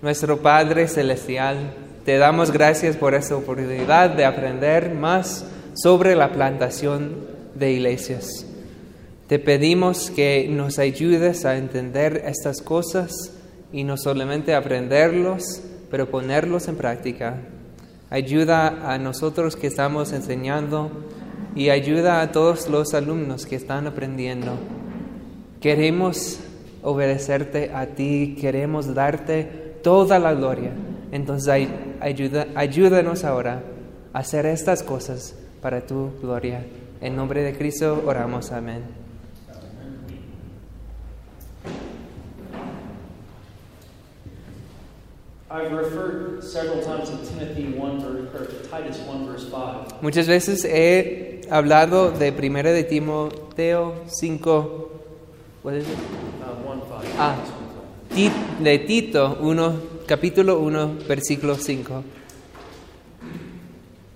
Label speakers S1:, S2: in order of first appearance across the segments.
S1: Nuestro Padre Celestial, te damos gracias por esta oportunidad de aprender más sobre la plantación de iglesias. Te pedimos que nos ayudes a entender estas cosas y no solamente aprenderlos, pero ponerlos en práctica. Ayuda a nosotros que estamos enseñando y ayuda a todos los alumnos que están aprendiendo. Queremos obedecerte a ti, queremos darte toda la gloria. Entonces ay, ayuda, ayúdanos ahora a hacer estas cosas para tu gloria. En nombre de Cristo oramos, amén.
S2: I've referred several times in Timothy 1 ver- or Titus 1 verse 5
S1: Muchas veces he hablado de 1 de Timoteo 5, ¿cuál es?
S2: uh, 1 5.
S1: Ah. Ti- de Tito 1, capítulo 1, versículo 5.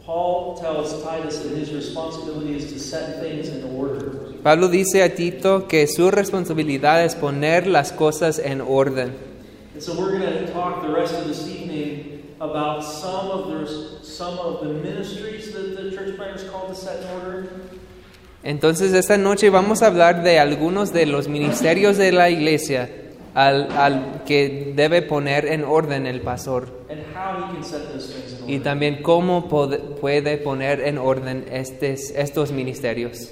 S2: Paul tells Titus that his responsibility is to set things in order.
S1: Pablo dice a Tito que su responsabilidad es poner las cosas en orden.
S2: And so we're going to talk the rest of this evening about some of the some of the ministries that the church planner is called to set in order,
S1: Entonces esta noche vamos a hablar de algunos de los ministerios de la iglesia al, al que debe poner en orden el pastor
S2: and how he can set those things in order.
S1: y también cómo pod- puede poner en orden estes- estos ministerios.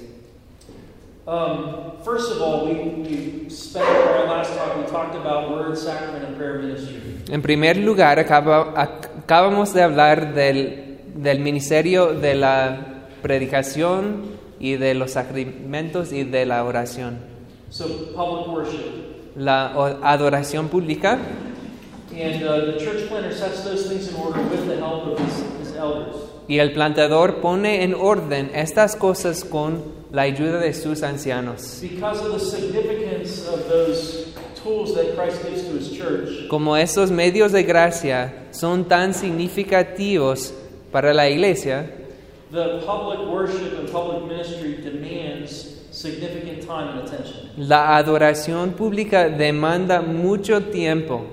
S2: Um, first of all, we, we spent our last talk, we talked about word, sacrament, and prayer ministry.
S1: En primer lugar, acaba- ac- acabamos de hablar del, del ministerio de la predicación y de los sacramentos y de la oración.
S2: So, public worship.
S1: La o- adoración pública
S2: And uh, the church planner sets those things in order with the help of his, his elders.
S1: y el plantador pone en orden estas cosas con la ayuda de sus ancianos.
S2: Because of the significance of those tools that Christ gives to his church,
S1: Como estos medios de gracia son tan significativos para la iglesia,
S2: the public worship and public ministry demands significant time and attention.
S1: la adoración pública demanda mucho tiempo.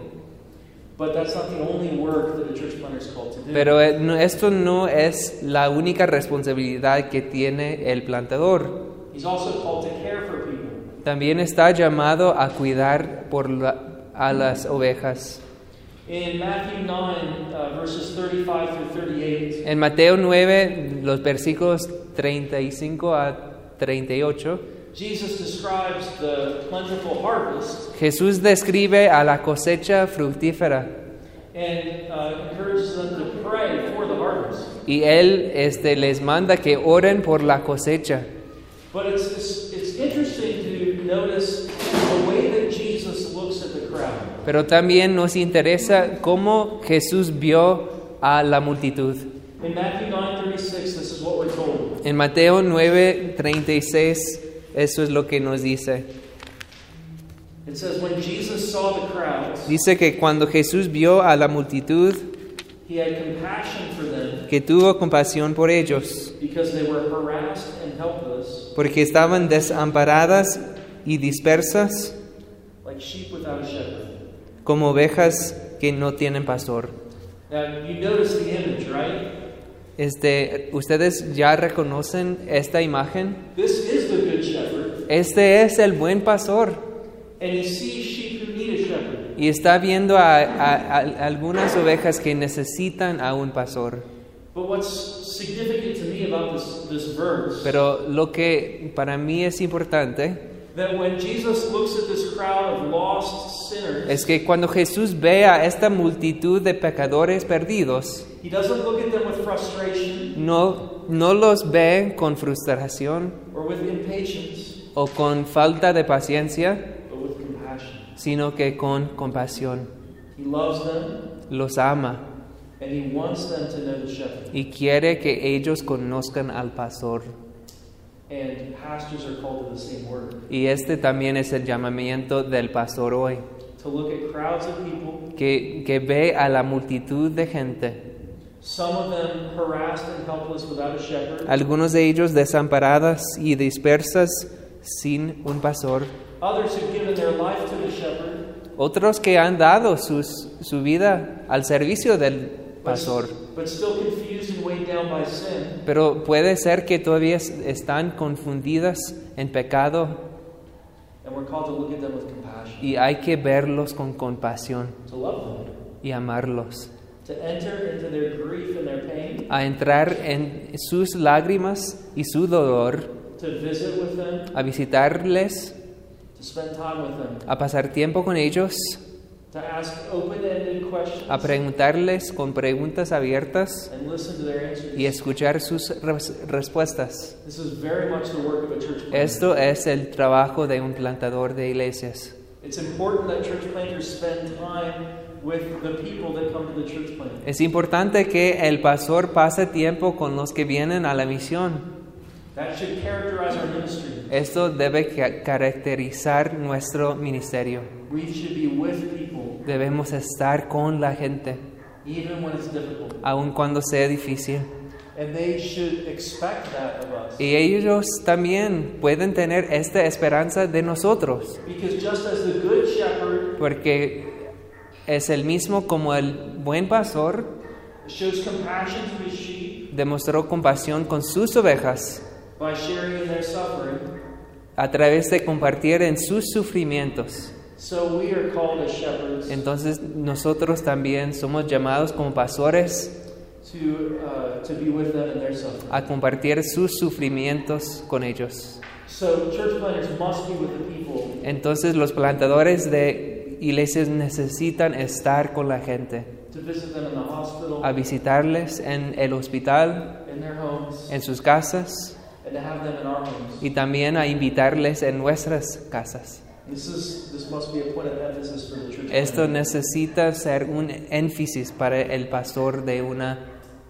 S2: But that's not the only work that the church planner is called to do.
S1: Pero eh, no- esto no es la única responsabilidad que tiene el plantador.
S2: He's also called to care for people.
S1: También está llamado a cuidar por la- a las ovejas.
S2: In Matthew 9, uh, verses 35 through 38,
S1: En Mateo 9, los versículos 35 a 38,
S2: Jesus describes the plentiful harvest
S1: Jesús describe a la cosecha fructífera
S2: and uh, encourages them to pray for the harvest.
S1: y él este, les manda que oren por la cosecha.
S2: But it's, it's, it's interesting to notice the way that Jesus looks at the crowd.
S1: Pero también nos interesa cómo Jesús vio a la multitud.
S2: In Matthew 9, 36, this is what we're told.
S1: En Mateo 9, 36, eso es lo que nos dice.
S2: It says, When Jesus saw the crowds,
S1: Dice que cuando Jesús vio a la multitud,
S2: he had compassion for them
S1: que tuvo compasión por ellos,
S2: because they were harassed and helpless,
S1: porque estaban desamparadas y dispersas
S2: like sheep without a shepherd.
S1: como ovejas que no tienen pastor.
S2: Now, you notice the image, right?
S1: Este, ¿Ustedes ya reconocen esta imagen?
S2: This is the good shepherd,
S1: Este es el buen pastor
S2: and he sees sheep who need a shepherd.
S1: y está viendo a, a- a algunas ovejas que necesitan a un pastor.
S2: But what's significant to me about this, this verse,
S1: Pero lo que para mí es importante
S2: that when Jesus looks at this crowd of lost sinners,
S1: es que cuando Jesús ve a esta multitud de pecadores perdidos,
S2: he doesn't look at them with frustration
S1: no, no los ve con frustración
S2: or with impatience,
S1: o con falta de paciencia,
S2: but with compassion.
S1: sino que con compasión.
S2: He loves them,
S1: Los ama
S2: and he wants them to know the shepherd.
S1: y quiere que ellos conozcan al pastor.
S2: And pastors are called to the same work
S1: Y este también es el llamamiento del pastor hoy,
S2: to look at crowds of people,
S1: que, que ve a la multitud de gente,
S2: some of them harassed and helpless without a shepherd,
S1: algunos de ellos desamparadas y dispersas sin un pastor,
S2: others who've given their life to the shepherd,
S1: otros que han dado sus, su vida al servicio del
S2: but, s-
S1: pastor.
S2: but still confused and weighed down by sin.
S1: Pero puede ser que todavía es- están confundidas en pecado
S2: And we're called to look at them with compassion,
S1: y hay que verlos con compasión
S2: to love them,
S1: y amarlos.
S2: to enter into their grief and their pain,
S1: A entrar en sus lágrimas y su dolor,
S2: to visit with them,
S1: a visitarles,
S2: to spend time with them,
S1: a pasar tiempo con ellos,
S2: to ask open-ended questions
S1: a preguntarles con preguntas abiertas
S2: and listen to their answers.
S1: y escuchar sus res- respuestas.
S2: This is very much the work of a church planter.
S1: Esto es el trabajo de un plantador de iglesias.
S2: It's important that church planters spend time with the people that come to the church plant.
S1: Es importante que el pastor pase tiempo con los que vienen a la misión.
S2: That should characterize our ministry.
S1: Esto debe ca- caracterizar nuestro ministerio.
S2: We should be with people,
S1: Debemos estar con la gente,
S2: even when it's difficult.
S1: aun cuando sea difícil.
S2: And they should expect that of us.
S1: Y ellos también pueden tener esta esperanza de nosotros,
S2: Because just as the good shepherd
S1: porque es el mismo como el buen pastor
S2: shows compassion to his sheep
S1: demostró compasión con sus ovejas
S2: by sharing in their suffering,
S1: a través de compartir en sus sufrimientos.
S2: so we are called as shepherds
S1: Entonces nosotros también somos llamados como pastores
S2: to, uh, to be with them in their suffering.
S1: a compartir sus sufrimientos con ellos.
S2: So church planters must be with the people
S1: Entonces los plantadores de iglesias necesitan estar con la gente,
S2: to visit them in the hospital,
S1: a visitarles en el hospital,
S2: in their homes,
S1: en sus casas
S2: and to have them in our homes.
S1: y también a invitarles en nuestras casas.
S2: This is this must be a point of emphasis for the church.
S1: Esto
S2: planter.
S1: necesita ser un énfasis para el pastor de una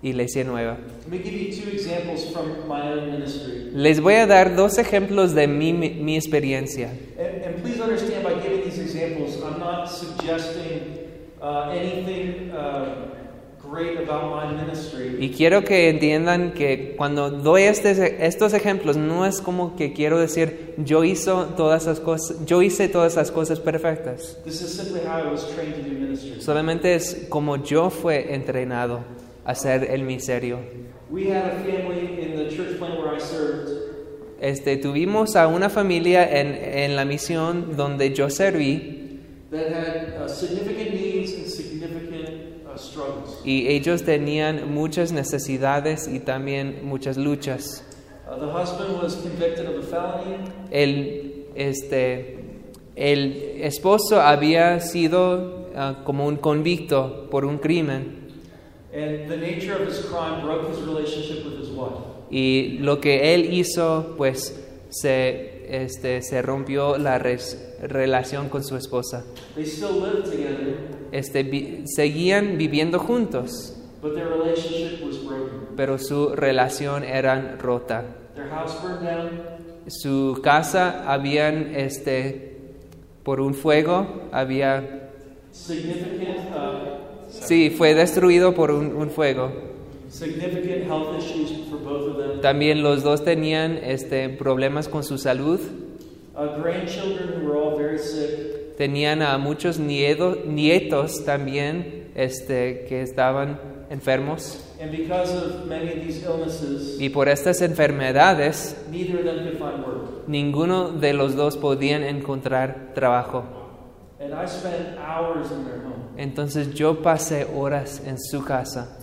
S1: iglesia nueva.
S2: Let me give you two examples from my own ministry,
S1: Les voy a dar dos ejemplos de mi- mi- mi experiencia.
S2: and, and please understand by giving these examples, I'm not suggesting uh, anything uh, great about my ministry.
S1: Y quiero que entiendan que cuando doy estes- estos ejemplos no es como que quiero decir yo hizo todas esas cosas, yo hice todas esas cosas perfectas.
S2: This is simply how I was trained to do ministry.
S1: Solamente es como yo fue entrenado a hacer el miserio.
S2: We had a family in the church plant where I served
S1: Este, tuvimos a una familia en, en la misión donde yo serví
S2: that had uh, significant needs and significant uh, struggles.
S1: y ellos tenían muchas necesidades y también muchas luchas.
S2: Uh, the husband was convicted of a felony.
S1: el, este, el esposo había sido ah, como un convicto por un crimen
S2: And the nature of his crime broke his relationship with his wife.
S1: y lo que él hizo pues se, este, se rompió la res- relación con su esposa.
S2: They still lived together,
S1: Este, vi- seguían viviendo juntos,
S2: but their relationship was broken.
S1: pero su relación era rota.
S2: Their house burned down,
S1: Su casa habían, este, por un fuego, había,
S2: significant, uh,
S1: sí, fue destruido por un- un fuego.
S2: significant health issues for both of them.
S1: También los dos tenían este, problemas con su salud,
S2: Uh, grandchildren who were all very sick.
S1: tenían a muchos niedo- nietos también este, que estaban enfermos
S2: And because of many of these illnesses,
S1: y por estas enfermedades
S2: neither of them could find work.
S1: ninguno de los dos podían encontrar trabajo.
S2: And I spent hours in their home,
S1: Entonces yo pasé horas en su casa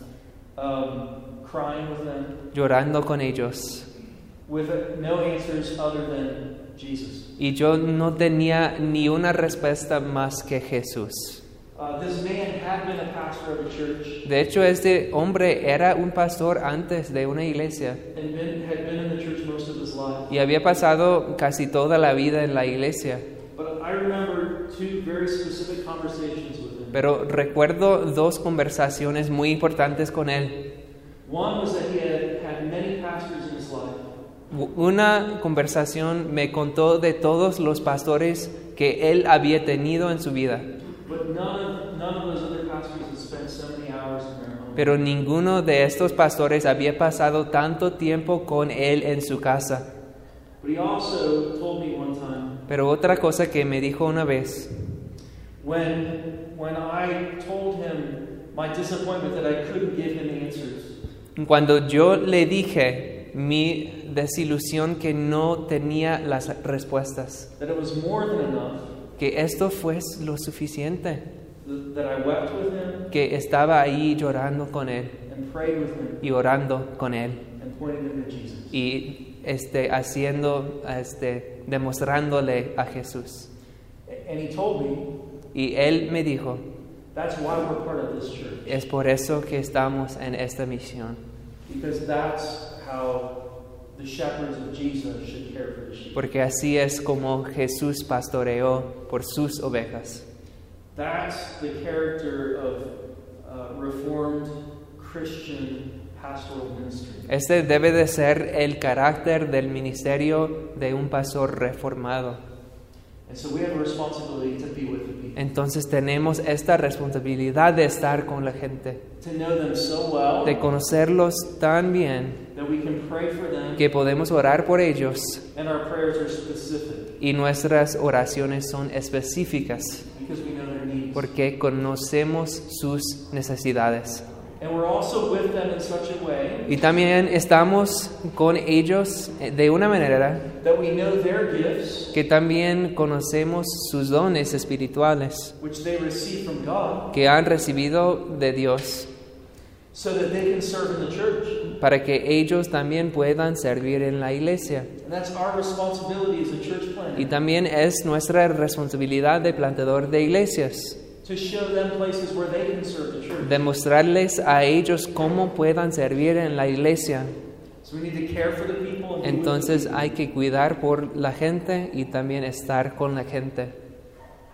S2: um, crying with them,
S1: llorando con ellos
S2: with uh, no answers other than Jesus.
S1: y yo no tenía ni una respuesta más que Jesús.
S2: Uh, this man had been a pastor of a church
S1: De hecho, este hombre era un pastor antes de una iglesia.
S2: and been, had been in the church most of his life.
S1: y había pasado casi toda la vida en la iglesia.
S2: But I remember two very specific conversations with him.
S1: Pero recuerdo dos conversaciones muy importantes con él.
S2: One was that he had had many pastors in his life,
S1: U- Una conversación me contó de todos los pastores que él había tenido en su vida,
S2: but none of, none of those other pastors had spent so many hours in their home.
S1: pero ninguno de estos pastores había pasado tanto tiempo con él en su casa.
S2: But he also told me one time
S1: Pero otra cosa que me dijo una vez,
S2: When, when I told him my disappointment that I couldn't give him answers,
S1: Cuando yo le dije mi desilusión que no tenía las respuestas,
S2: that it was more than enough,
S1: que esto fue lo suficiente,
S2: th- that I wept with him
S1: que estaba ahí llorando con él
S2: and prayed with him
S1: y orando con él
S2: and pointed him to Jesus.
S1: y este, haciendo, este, demostrándole a Jesús.
S2: A- And he told me
S1: Y él me dijo,
S2: that's why we're part of this church,
S1: es por eso que estamos en esta misión,
S2: because that's how the shepherds of Jesus should care for the sheep.
S1: porque así es como Jesús pastoreó por sus ovejas.
S2: That's the character of uh, Reformed Christian pastoral ministry.
S1: Este debe de ser el carácter del ministerio de un pastor reformado.
S2: And so we have a responsibility to be with the people,
S1: Entonces tenemos esta responsabilidad de estar con la gente,
S2: to know them so well
S1: de conocerlos tan bien
S2: that we can pray for them,
S1: que podemos orar por ellos
S2: and our prayers are specific
S1: y nuestras oraciones son específicas
S2: because we know their needs.
S1: porque conocemos sus necesidades.
S2: And we're also with them in such a way
S1: Y también estamos con ellos de una manera
S2: that we know their gifts,
S1: que también conocemos sus dones espirituales
S2: which they receive from God,
S1: que han recibido de Dios
S2: so that they can serve in the church.
S1: para que ellos también puedan servir en la iglesia.
S2: And that's our responsibility as a church
S1: Y
S2: planner
S1: también es nuestra responsabilidad de plantador de iglesias,
S2: to show them places where they can serve the church.
S1: demostrarles a ellos cómo puedan servir en la iglesia.
S2: So we need to care for the people. And be with them.
S1: Entonces hay que cuidar por la gente y también estar con la gente.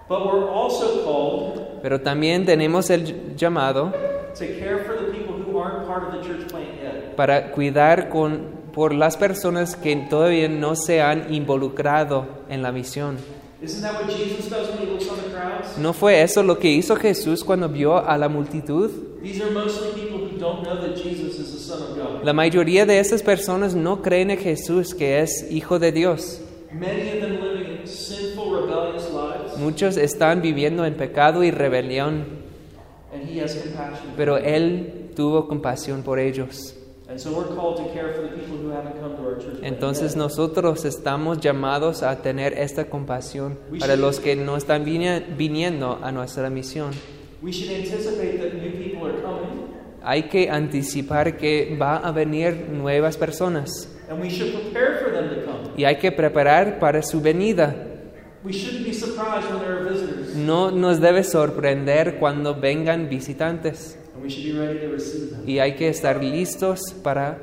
S2: But we're also called
S1: Pero también tenemos el llamado
S2: to care for the people who aren't part of the church plant yet.
S1: para cuidar con, por las personas que todavía no se han involucrado en la misión.
S2: Isn't that what Jesus does when he looks on the crowds?
S1: ¿No fue eso lo que hizo Jesús cuando vio a la multitud?
S2: These are mostly people who don't know that Jesus is the Son of God.
S1: La mayoría de esas personas no creen en Jesús, que es Hijo de Dios.
S2: Many of them living sinful, rebellious lives,
S1: Muchos están viviendo en pecado y rebelión,
S2: and he has compassion.
S1: pero Él tuvo compasión por ellos.
S2: and so we're called to care for the people who haven't come to our church. plant
S1: Entonces
S2: yet.
S1: nosotros estamos llamados a tener esta compasión para los que no están vini- viniendo a nuestra misión.
S2: we should anticipate that new people are coming,
S1: Hay que anticipar que va a venir nuevas personas
S2: and we should prepare for them to come.
S1: y hay que preparar para su venida.
S2: We shouldn't be surprised when there are visitors,
S1: No nos debe sorprender cuando vengan visitantes.
S2: and we should be ready to receive them.
S1: y hay que estar listos para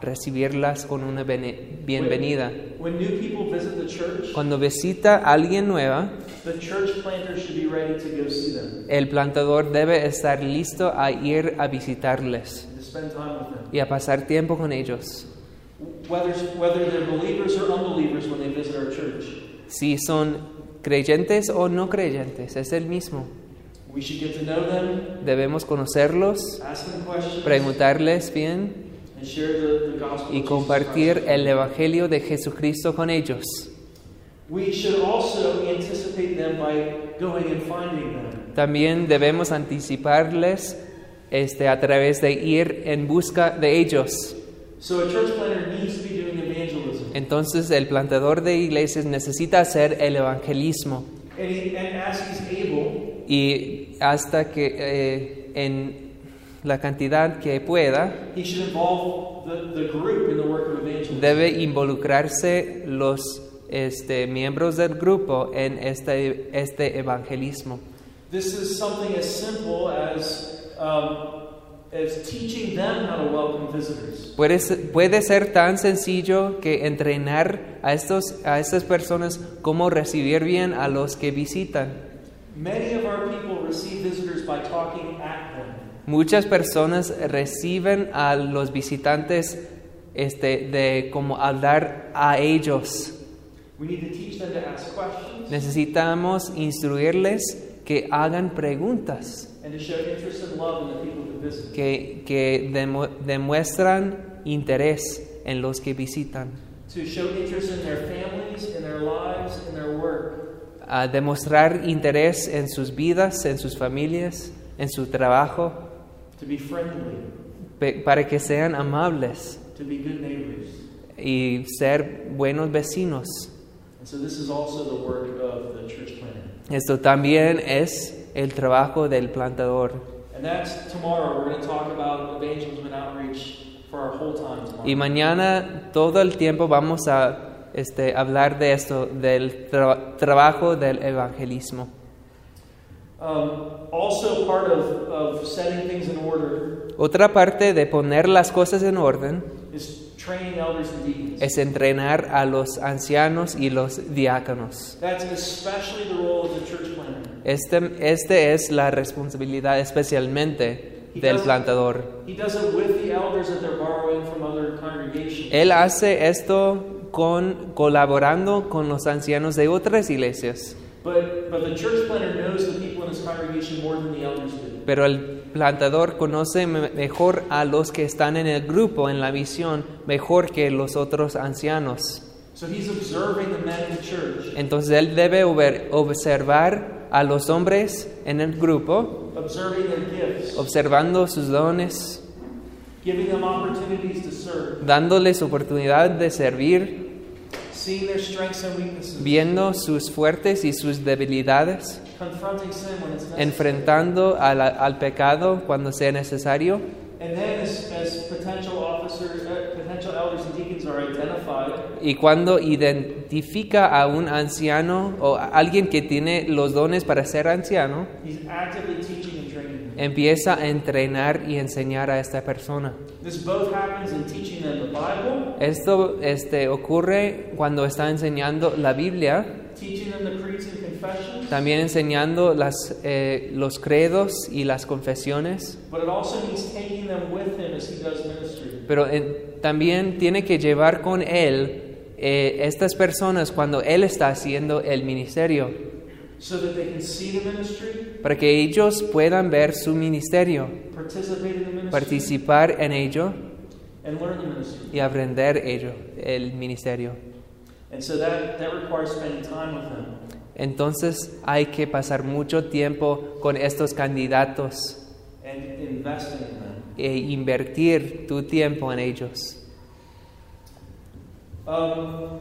S1: recibirlas con una bene- bienvenida.
S2: When new people visit the church,
S1: Cuando visita a alguien nueva,
S2: The church planters should be ready to go see them
S1: el plantador debe estar listo a ir a visitarles
S2: and to spend time with them.
S1: y a pasar tiempo con ellos.
S2: Whether, whether they're believers or unbelievers when they visit our church,
S1: Si son creyentes o no creyentes, es el mismo.
S2: we should get to know them,
S1: Debemos conocerlos,
S2: ask them questions,
S1: preguntarles bien
S2: and share the, the gospel.
S1: y
S2: of Jesus
S1: compartir
S2: Christ.
S1: el Evangelio de Jesucristo con ellos.
S2: We should also anticipate them by going and finding them.
S1: También debemos anticiparles este, a través de ir en busca de ellos.
S2: So a church planter needs to be doing evangelism.
S1: Entonces el plantador de iglesias necesita hacer el evangelismo
S2: And, he, and as he's able,
S1: y hasta que eh, en la cantidad que pueda
S2: he should involve the, the group in the work of evangelism.
S1: debe involucrarse los este, miembros del grupo en este, este evangelismo.
S2: This is something as simple as, um, as teaching them how to welcome visitors.
S1: Puede ser, puede ser tan sencillo que entrenar a, estos, a estas personas cómo recibir bien a los que visitan.
S2: Many of our people receive visitors by talking at them.
S1: Muchas personas reciben a los visitantes este, de como hablar a ellos.
S2: We need to teach them to ask questions
S1: Necesitamos instruirles que hagan preguntas,
S2: and to show interest and love in the people who visit.
S1: que, que demu- demuestran interés en los que visitan,
S2: To show interest in their families, in their lives, in their work.
S1: a demostrar interés en sus vidas, en sus familias, en su trabajo,
S2: to be friendly,
S1: pe- para que sean amables
S2: to be good neighbors.
S1: y ser buenos vecinos.
S2: And so this is also the work of the church planner.
S1: Esto también es el trabajo del plantador.
S2: And that's tomorrow. We're going to talk about evangelism and outreach for our whole time tomorrow.
S1: Y mañana todo el tiempo vamos a este, hablar de esto, del tra- trabajo del evangelismo.
S2: Um, also, part of, of setting things in order
S1: Otra parte de poner las cosas en orden
S2: is training elders and deacons.
S1: es entrenar a los ancianos y los diáconos.
S2: That's especially the role of the church planner.
S1: Este, este es la responsabilidad especialmente del plantador.
S2: He does it with the elders that they're borrowing from other congregations.
S1: Él hace esto con, colaborando con los ancianos de otras iglesias,
S2: But, but the church planner knows the people in his congregation more than the elders do.
S1: pero el plantador conoce me- mejor a los que están en el grupo, en la visión, mejor que los otros ancianos.
S2: So he's observing the men in the church,
S1: Entonces él debe ober- observar a los hombres en el grupo,
S2: observing their gifts,
S1: observando sus dones,
S2: giving them opportunities to serve,
S1: dándoles oportunidad de servir,
S2: seeing their strengths and weaknesses,
S1: viendo sus fuertes y sus debilidades,
S2: confronting sin when it's necessary.
S1: enfrentando a la- al pecado cuando sea necesario.
S2: And then, as, as potential officers, uh, potential elders and deacons are identified,
S1: Y cuando identifica a un anciano o a alguien que tiene los dones para ser anciano,
S2: he's actively teaching and training them.
S1: empieza a entrenar y enseñar a esta persona.
S2: This both happens in teaching them the Bible,
S1: Esto este, ocurre cuando está enseñando la Biblia,
S2: teaching them the creeds and confessions,
S1: también enseñando las, eh, los credos y las confesiones,
S2: but it also means taking them with him as he does ministry.
S1: pero eh, también tiene que llevar con él eh, estas personas cuando él está haciendo el ministerio,
S2: so that they can see the ministry,
S1: para que ellos puedan ver su ministerio.
S2: participate in the ministry,
S1: participar en ello
S2: and learn the ministry.
S1: y aprender ello, el ministerio.
S2: And so that, that requires spending time with them.
S1: Entonces hay que pasar mucho tiempo con estos candidatos
S2: and investing in them.
S1: e invertir tu tiempo en ellos.
S2: Um,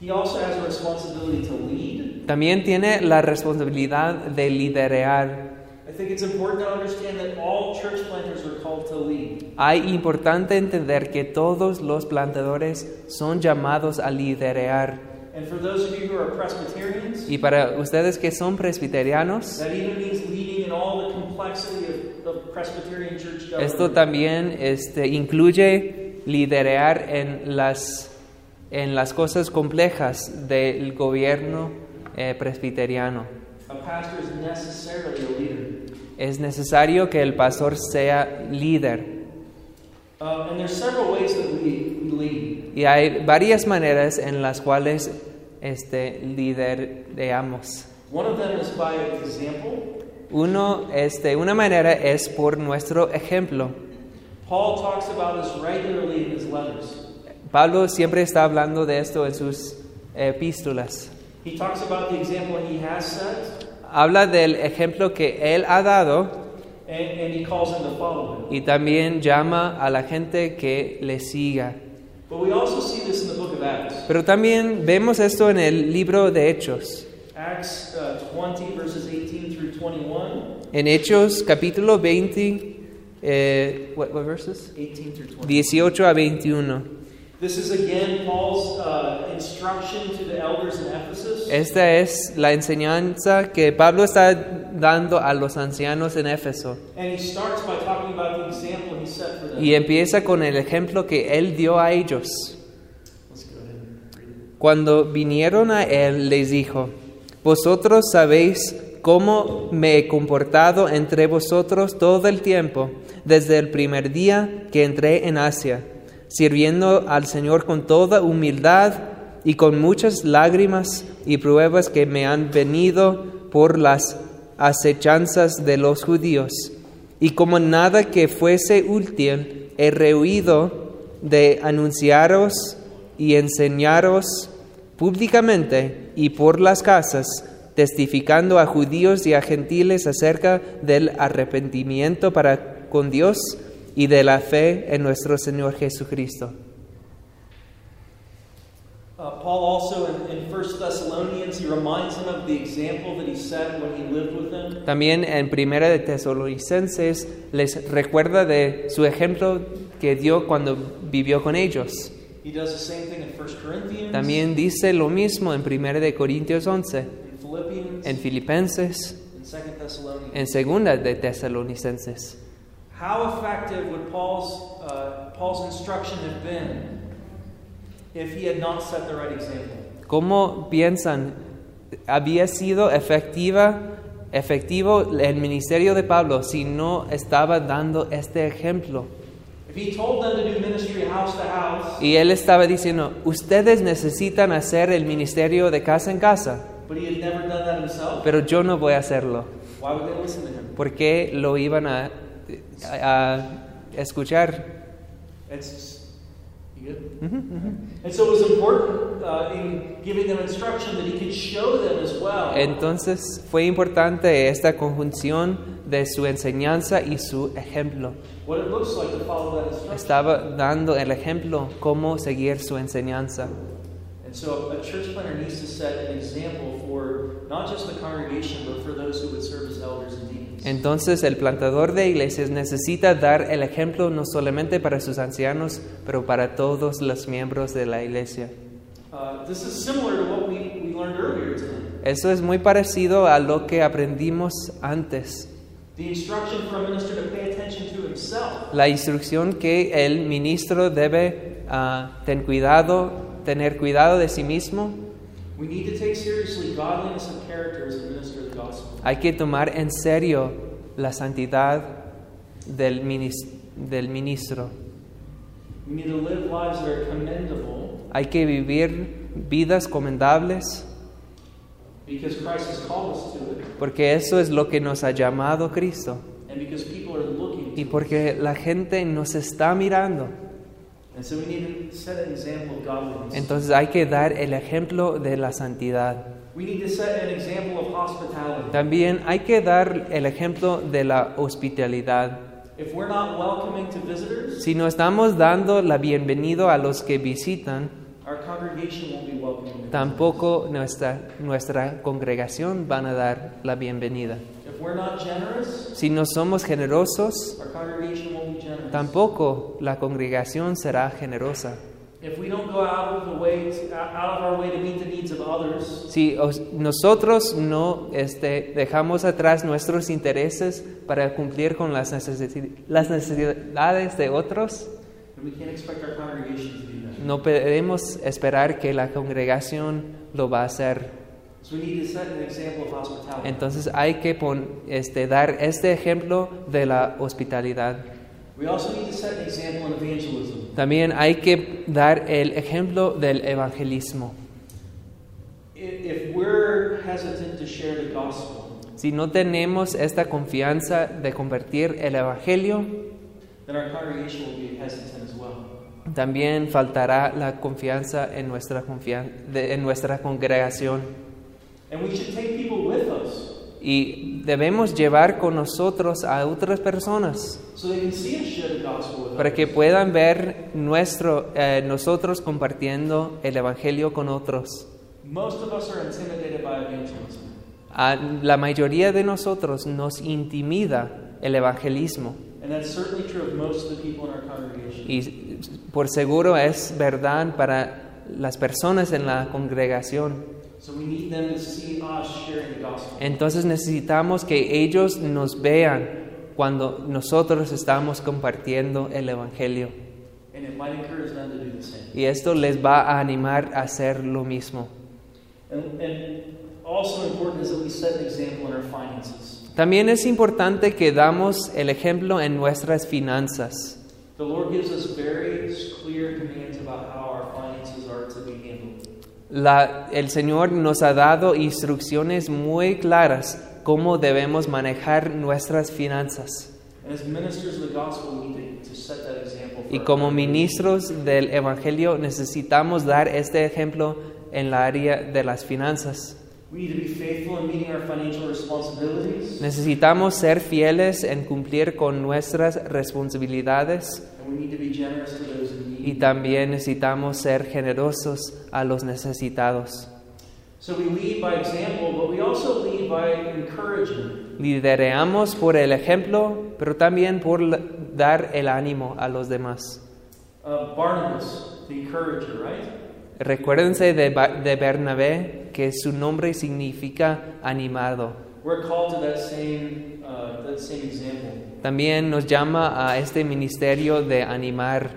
S2: he also has a responsibility to lead.
S1: También tiene la responsabilidad de liderar.
S2: I think it's important to understand that all church planters are called to lead.
S1: Hay importante entender que todos los plantadores son llamados a liderar.
S2: And for those of you who are Presbyterians,
S1: Y para ustedes que son presbiterianos,
S2: that even means leading in all the complexity of, of Presbyterian church government.
S1: Esto también este, incluye liderar en las, en las cosas complejas del gobierno eh, presbiteriano.
S2: a pastor is necessarily a leader.
S1: Es necesario que el pastor sea líder.
S2: Um, and there's several ways that we, we lead.
S1: Y hay varias maneras en las cuales este, lideramos.
S2: One of them is by example.
S1: Uno, este, una manera es por nuestro ejemplo.
S2: Paul talks about this regularly in his letters.
S1: Pablo siempre está hablando de esto en sus epístolas.
S2: He talks about the example he has set,
S1: Habla del ejemplo que él ha dado
S2: and, and he calls them to follow
S1: y también llama a la gente que le siga.
S2: it. But we also see this in the book of Acts.
S1: Pero también vemos esto en el libro de Hechos.
S2: Acts uh, 20, verses 18 through 21.
S1: En Hechos capítulo 20, eh, what- what verses?
S2: 18 through 20.
S1: 18 a 21.
S2: This is again Paul's uh, instruction to the elders in Ephesus.
S1: Esta es la enseñanza que Pablo está dando a los ancianos en Éfeso.
S2: and he starts by talking about the example he set for them.
S1: Y empieza con el ejemplo que él dio a ellos.
S2: Let's go ahead and read it.
S1: Cuando vinieron a él, les dijo, Vosotros sabéis cómo me he comportado entre vosotros todo el tiempo, desde el primer día que entré en Asia, sirviendo al Señor con toda humildad y con muchas lágrimas y pruebas que me han venido por las acechanzas de los judíos. Y como nada que fuese útil, he rehuido de anunciaros y enseñaros públicamente y por las casas, testificando a judíos y a gentiles acerca del arrepentimiento para con Dios y de la fe en nuestro Señor Jesucristo.
S2: Uh, Paul also in, in 1 Thessalonians, he reminds them of the example that he set when he lived with them.
S1: También en Primera de Tesalonicenses les recuerda de su ejemplo que dio cuando vivió con ellos.
S2: He does the same thing in 1 Corinthians,
S1: También dice lo mismo en Primera de Corintios 11,
S2: in Philippians,
S1: en Filipenses,
S2: in 2 Thessalonians.
S1: en Segunda de Tesalonicenses.
S2: How effective would Paul's, uh, Paul's instruction have been if he had not set the right example?
S1: ¿Cómo piensan había sido efectiva efectivo el ministerio de Pablo si no estaba dando este ejemplo?
S2: If he told them to do ministry house to house,
S1: Y él estaba diciendo, ustedes necesitan hacer el ministerio de casa en casa,
S2: but he had never done that himself,
S1: pero yo no voy a hacerlo.
S2: why would they listen to him?
S1: ¿Por qué lo iban a, a- a escuchar?
S2: It's you good.
S1: Mm-hmm,
S2: And so it was important uh, in giving them instruction that he could show them as well
S1: Entonces fue importante esta conjunción de su enseñanza y su ejemplo.
S2: what it looks like to follow that instruction.
S1: Estaba dando el ejemplo cómo seguir su enseñanza.
S2: And so a church planner needs to set an example for not just the congregation, but for those who would serve as elders and deacons.
S1: Entonces el plantador de iglesias necesita dar el ejemplo no solamente para sus ancianos, pero para todos los miembros de la iglesia.
S2: Uh, this is similar to what we, we learned earlier tonight.
S1: Eso es muy parecido a lo que aprendimos antes.
S2: The instruction for a minister to pay attention to himself.
S1: La instrucción que el ministro debe ah, ten cuidado, tener cuidado de sí mismo,
S2: We need to take seriously godliness of character as a minister of the gospel.
S1: hay que tomar en serio la santidad del, minis- del ministro.
S2: We need to live lives that are commendable
S1: Hay que vivir vidas comendables
S2: because Christ has called us to it
S1: porque eso es lo que nos ha llamado Cristo
S2: and because people are looking
S1: y
S2: to it.
S1: porque la gente nos está mirando.
S2: And so we need to set an example of godliness.
S1: Entonces hay que dar el ejemplo de la santidad.
S2: we need to set an example of hospitality.
S1: También hay que dar el ejemplo de la hospitalidad.
S2: If we're not welcoming to visitors,
S1: Si no estamos dando la bienvenida a los que visitan,
S2: our congregation won't be welcoming. to
S1: tampoco nuestra, nuestra congregación van a dar la bienvenida.
S2: visitors. If we're not generous,
S1: Si no somos generosos,
S2: our congregation won't be generous.
S1: tampoco la congregación será generosa.
S2: If we don't go out of the way, to, out of our way to meet the needs of others,
S1: Si os- nosotros no este, dejamos atrás nuestros intereses para cumplir con las, necesi- las necesidades de otros,
S2: then we can't expect our congregation to do that.
S1: No podemos esperar que la congregación lo va a hacer.
S2: So we need to set an example of hospitality.
S1: Entonces hay que pon- este, dar este ejemplo de la hospitalidad.
S2: we also need to set an example in evangelism.
S1: También hay que dar el ejemplo del evangelismo.
S2: I- If we're hesitant to share the gospel,
S1: Si no tenemos esta confianza de convertir el evangelio,
S2: then our congregation will be hesitant as well.
S1: también faltará la confianza en nuestra, confian- de- en nuestra congregación.
S2: And we should take people with us
S1: Y debemos llevar con nosotros a otras personas.
S2: so they can see us share the gospel with
S1: para
S2: others.
S1: que puedan ver nuestro, eh, nosotros compartiendo el Evangelio con otros.
S2: Most of us are intimidated by evangelism.
S1: A la mayoría de nosotros nos intimida el evangelismo
S2: And that's certainly true of most of the people in our congregation.
S1: y por seguro es verdad para las personas en la congregación.
S2: So we need them to see us sharing the gospel.
S1: Entonces necesitamos que ellos nos vean cuando nosotros estamos compartiendo el Evangelio.
S2: And it might encourage them to do the same.
S1: Y esto les va a animar a hacer lo mismo.
S2: And, and also important is that we set an example in our finances.
S1: También es importante que damos el ejemplo en nuestras finanzas.
S2: The Lord gives us very clear commands about how our finances are to be handled.
S1: La- el Señor nos ha dado instrucciones muy claras cómo debemos manejar nuestras finanzas.
S2: And as ministers of the gospel, we need to, to set that example. For
S1: Y
S2: our
S1: como
S2: congregation.
S1: ministros del Evangelio necesitamos dar este ejemplo en la área de las finanzas.
S2: We need to be faithful in meeting our financial responsibilities,
S1: Necesitamos ser fieles en cumplir con nuestras responsabilidades
S2: and we need to be generous to those in
S1: y
S2: need.
S1: también necesitamos ser generosos a los necesitados.
S2: So we lead by example, but we also lead by encouragement.
S1: Lidereamos por el ejemplo, pero también por la- dar el ánimo a los demás.
S2: Uh, Barnabas, the encourager, right?
S1: Recuérdense de, Ba- de Bernabé, que su nombre significa animado.
S2: We're called to that same uh, that same example.
S1: También nos llama a este ministerio de animar.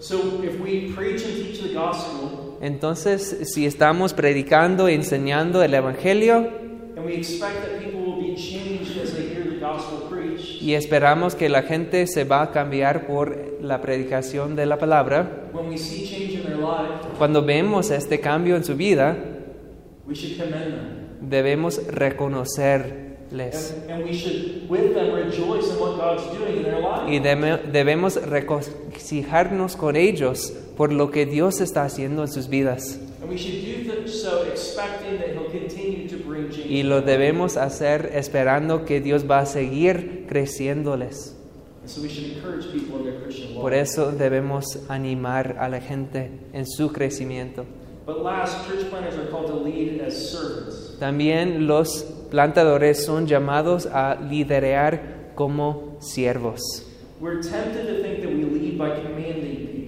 S2: So if we preach and teach the gospel,
S1: Entonces, si estamos predicando, enseñando el Evangelio
S2: and we expect that people will be changed as they hear the gospel preached,
S1: y esperamos que la gente se va a cambiar por la predicación de la palabra,
S2: when we see change in their life,
S1: cuando vemos este cambio en su vida,
S2: we should commend them,
S1: debemos reconocerles
S2: and, and we should with them rejoice in what God's doing in their life.
S1: y deme- debemos reconciliarnos con ellos por lo que Dios está haciendo en sus vidas.
S2: And we should do th- so expecting that He'll continue to bring change.
S1: Y lo debemos hacer esperando que Dios va a seguir creciéndoles.
S2: And so we should encourage people in their Christian walk.
S1: Por eso debemos animar a la gente en su crecimiento.
S2: But last, church planners are called to lead as servants.
S1: También los plantadores son llamados a liderear como siervos.
S2: We're tempted to think that we lead by commanding people,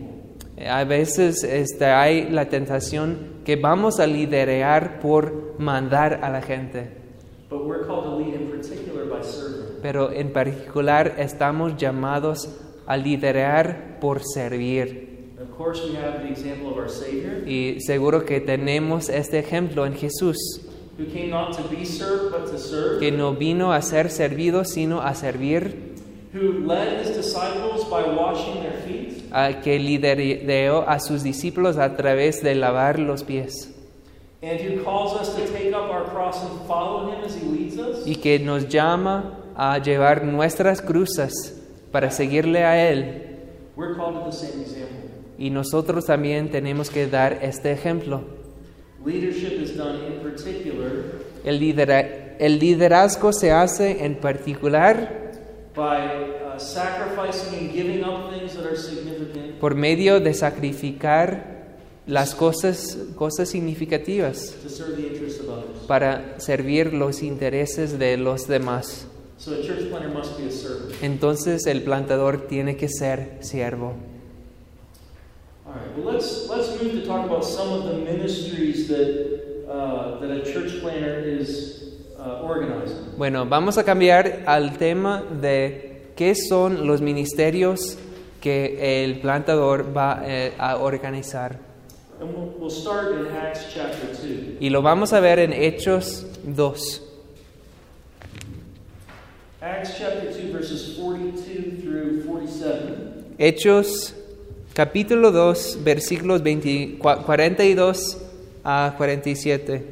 S1: Eh, A veces este, hay la tentación que vamos a liderear por mandar a la gente,
S2: but we're called to lead in particular by serving.
S1: pero en particular estamos llamados a liderear por servir.
S2: And of course, we have the example of our Savior,
S1: Y seguro que tenemos este ejemplo en Jesús,
S2: who came not to be served, but to serve,
S1: que no vino a ser servido, sino a servir
S2: who led his disciples by washing their feet,
S1: a que lidereó a sus discípulos a través de lavar los pies
S2: and who calls us to take up our cross and follow him as he leads us.
S1: y que nos llama a llevar nuestras cruces para seguirle a Él.
S2: We're called to the same example.
S1: Y nosotros también tenemos que dar este ejemplo.
S2: Leadership is done in particular
S1: El, lidera- el liderazgo se hace en particular
S2: by uh, sacrificing and giving up things that are significant
S1: por medio de sacrificar las cosas, cosas significativas
S2: to serve the interests of others.
S1: para servir los intereses de los demás.
S2: So a church planter must be a servant.
S1: Entonces el plantador tiene que ser siervo.
S2: All right. Well, let's let's move to talk about some of the ministries that uh, that a church planter is uh, organizing.
S1: Bueno, vamos a cambiar al tema de qué son los ministerios que el plantador va eh, a organizar.
S2: And we'll, we'll start in Acts chapter two.
S1: Y lo vamos a ver en Hechos 2.
S2: Acts chapter two, verses forty-two through forty-seven.
S1: Hechos capítulo 2, versículos 20 cua- 42 a 47.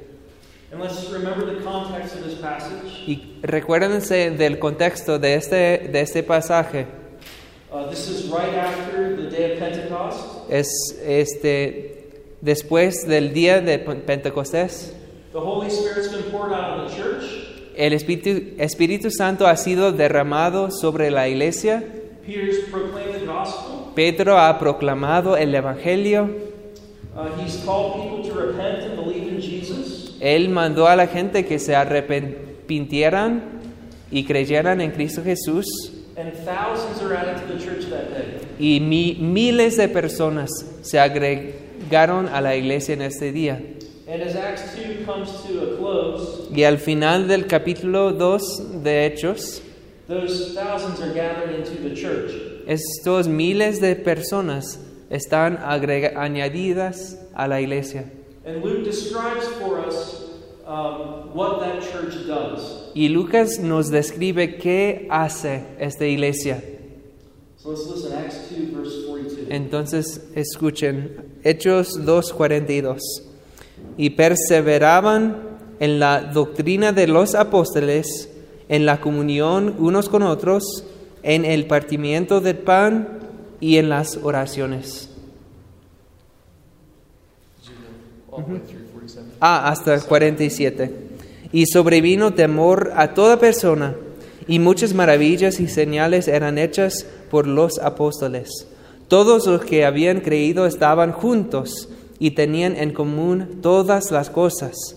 S2: And let's remember the context of this passage.
S1: Y recuérdense del contexto de este, de este pasaje.
S2: Uh, this is right after the day of Pentecost.
S1: Es este, después del día de Pentecostés.
S2: The Holy Spirit's been poured out on the church.
S1: El Espíritu, Espíritu Santo ha sido derramado sobre la iglesia.
S2: Peter's proclaimed the gospel.
S1: Pedro ha proclamado el Evangelio.
S2: Uh, he's called people to repent and believe in Jesus.
S1: Él mandó a la gente que se arrepintieran y creyeran en Cristo Jesús.
S2: And thousands are added to the church that day.
S1: Y mi- miles de personas se agregaron a la iglesia en este día.
S2: And as Acts 2 comes to a close,
S1: Y al final del capítulo 2 de Hechos,
S2: those thousands are gathered into the church.
S1: estos miles de personas están agrega- añadidas a la iglesia.
S2: And Luke describes for us um, what that church does.
S1: Y Lucas nos describe qué hace esta iglesia.
S2: So let's listen. Acts 2, verse 42.
S1: Entonces escuchen Hechos 2.42. Y perseveraban en la doctrina de los apóstoles, en la comunión unos con otros, en el partimiento del pan y en las oraciones.
S3: all the way through 47.
S1: Ah, hasta 47. Y sobrevino temor a toda persona, y muchas maravillas y señales eran hechas por los apóstoles. Todos los que habían creído estaban juntos y tenían en común todas las cosas,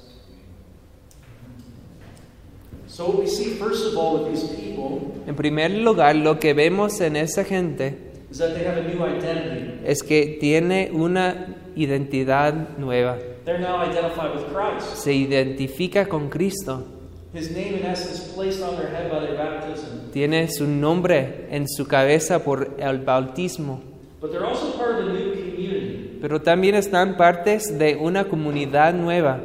S2: So, what we see first of all with these people
S1: En primer lugar, lo que vemos en esa gente
S2: is that they have a new identity.
S1: es que tiene una identidad nueva.
S2: They're now identified with Christ.
S1: Se identifica con Cristo.
S2: His name, in essence, placed on their head by their baptism.
S1: Tiene su nombre en su cabeza por el bautismo.
S2: But they're also part of a new community.
S1: pero también están partes de una comunidad nueva.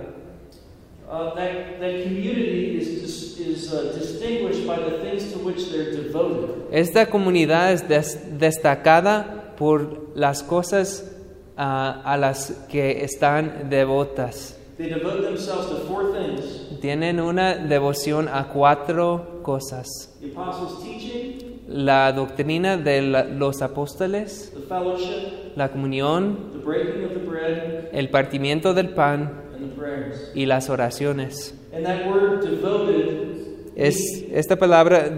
S2: Uh, that, that community is, dis, is uh, distinguished by the things to which they're devoted.
S1: Esta comunidad es des- destacada por las cosas ah, a las que están devotas.
S2: They devote themselves to four things
S1: Tienen una devoción a cuatro cosas.
S2: the apostles' teaching,
S1: La doctrina de la- los apóstoles,
S2: the fellowship,
S1: la comunión,
S2: the breaking of the bread,
S1: el partimiento del pan
S2: and the prayers.
S1: y las oraciones.
S2: And that word devoted
S1: Es, esta palabra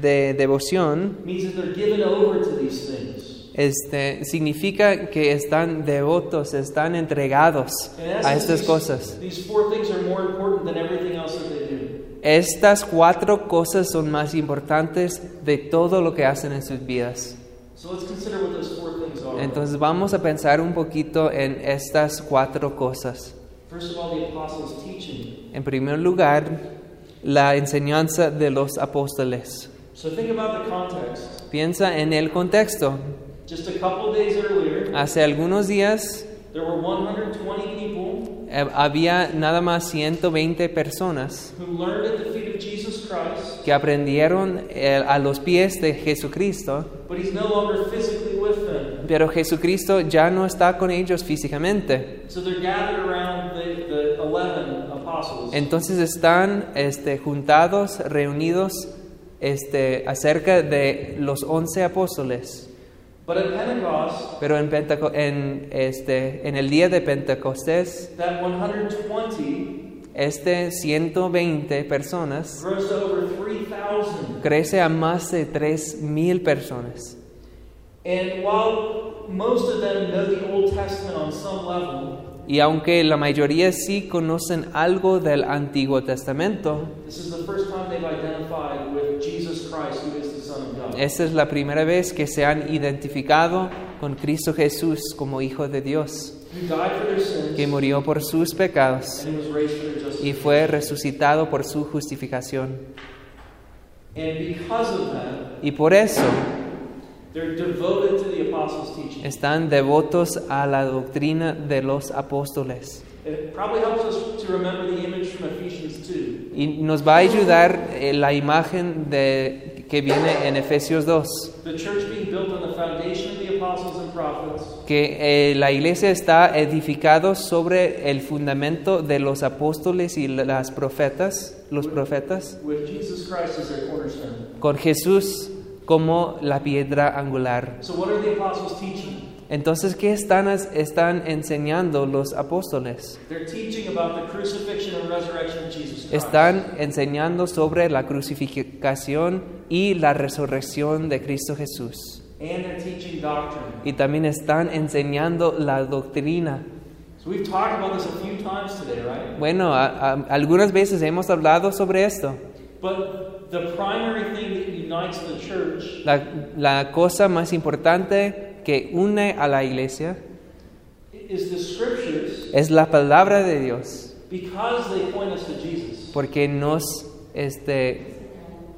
S1: de devoción
S2: means that they're given over to these things.
S1: este, significa que están devotos, están entregados
S2: In
S1: a
S2: essence,
S1: estas
S2: these-
S1: cosas.
S2: These four things are more important than everything else that they do.
S1: Estas cuatro cosas son más importantes de todo lo que hacen en sus vidas.
S2: So let's consider what those four things are.
S1: Entonces vamos a pensar un poquito en estas cuatro cosas.
S2: First of all, the apostles' teaching.
S1: En primer lugar, la enseñanza de los apóstoles.
S2: So think about the context.
S1: Piensa en el contexto.
S2: Just a couple days earlier,
S1: Hace algunos días
S2: there were 120 people
S1: eh, había nada más 120 personas
S2: who learned at the feet of Jesus Christ,
S1: que aprendieron eh, a los pies de Jesucristo
S2: but he's no longer physically with them.
S1: Pero Jesucristo ya no está con ellos físicamente.
S2: So they're gathered around the, the 11 apostles.
S1: Entonces están este, juntados, reunidos este, acerca de los once apóstoles.
S2: but at Pentecost,
S1: Pero en, Penteco- en, este, en el día de Pentecostés,
S2: that 120
S1: este 120 personas
S2: grows to over 3,000.
S1: crece a más de 3.000 personas.
S2: And while most of them know the Old Testament on some level,
S1: Y aunque la mayoría sí conocen algo del Antiguo Testamento,
S2: this is the first time they've identified with Jesus Christ, who is the Son of God.
S1: Esta es la primera vez que se han identificado con Cristo Jesús como Hijo de Dios,
S2: who died for their sins
S1: que murió por sus pecados
S2: and was raised for their
S1: y
S2: justice.
S1: fue resucitado por su justificación.
S2: And because of that,
S1: Y por eso
S2: they're devoted to the apostles' teaching.
S1: están devotos a la doctrina de los apóstoles.
S2: It probably helps us to remember the image from Ephesians 2.
S1: Y nos va a ayudar eh, la imagen de, que viene en Efesios 2,
S2: The church being built on the foundation of the apostles and prophets,
S1: que eh, la iglesia está edificada sobre el fundamento de los apóstoles y las profetas, los profetas.
S2: with Jesus Christ as their cornerstone.
S1: con Jesús como la piedra angular.
S2: So, what are the apostles teaching?
S1: Entonces, ¿qué están, están enseñando los apóstoles?
S2: They're teaching about the crucifixion and resurrection of Jesus Christ.
S1: Están enseñando sobre la crucificación y la resurrección de Cristo Jesús.
S2: And they're teaching doctrine.
S1: Y también están enseñando la doctrina.
S2: So, we've talked about this a few times today, right?
S1: Bueno, a- a- algunas veces hemos hablado sobre esto.
S2: But the primary thing that unites the church
S1: La, la cosa más importante que une a la iglesia
S2: is the scriptures
S1: es la palabra de Dios.
S2: because they point us to Jesus.
S1: porque nos, este,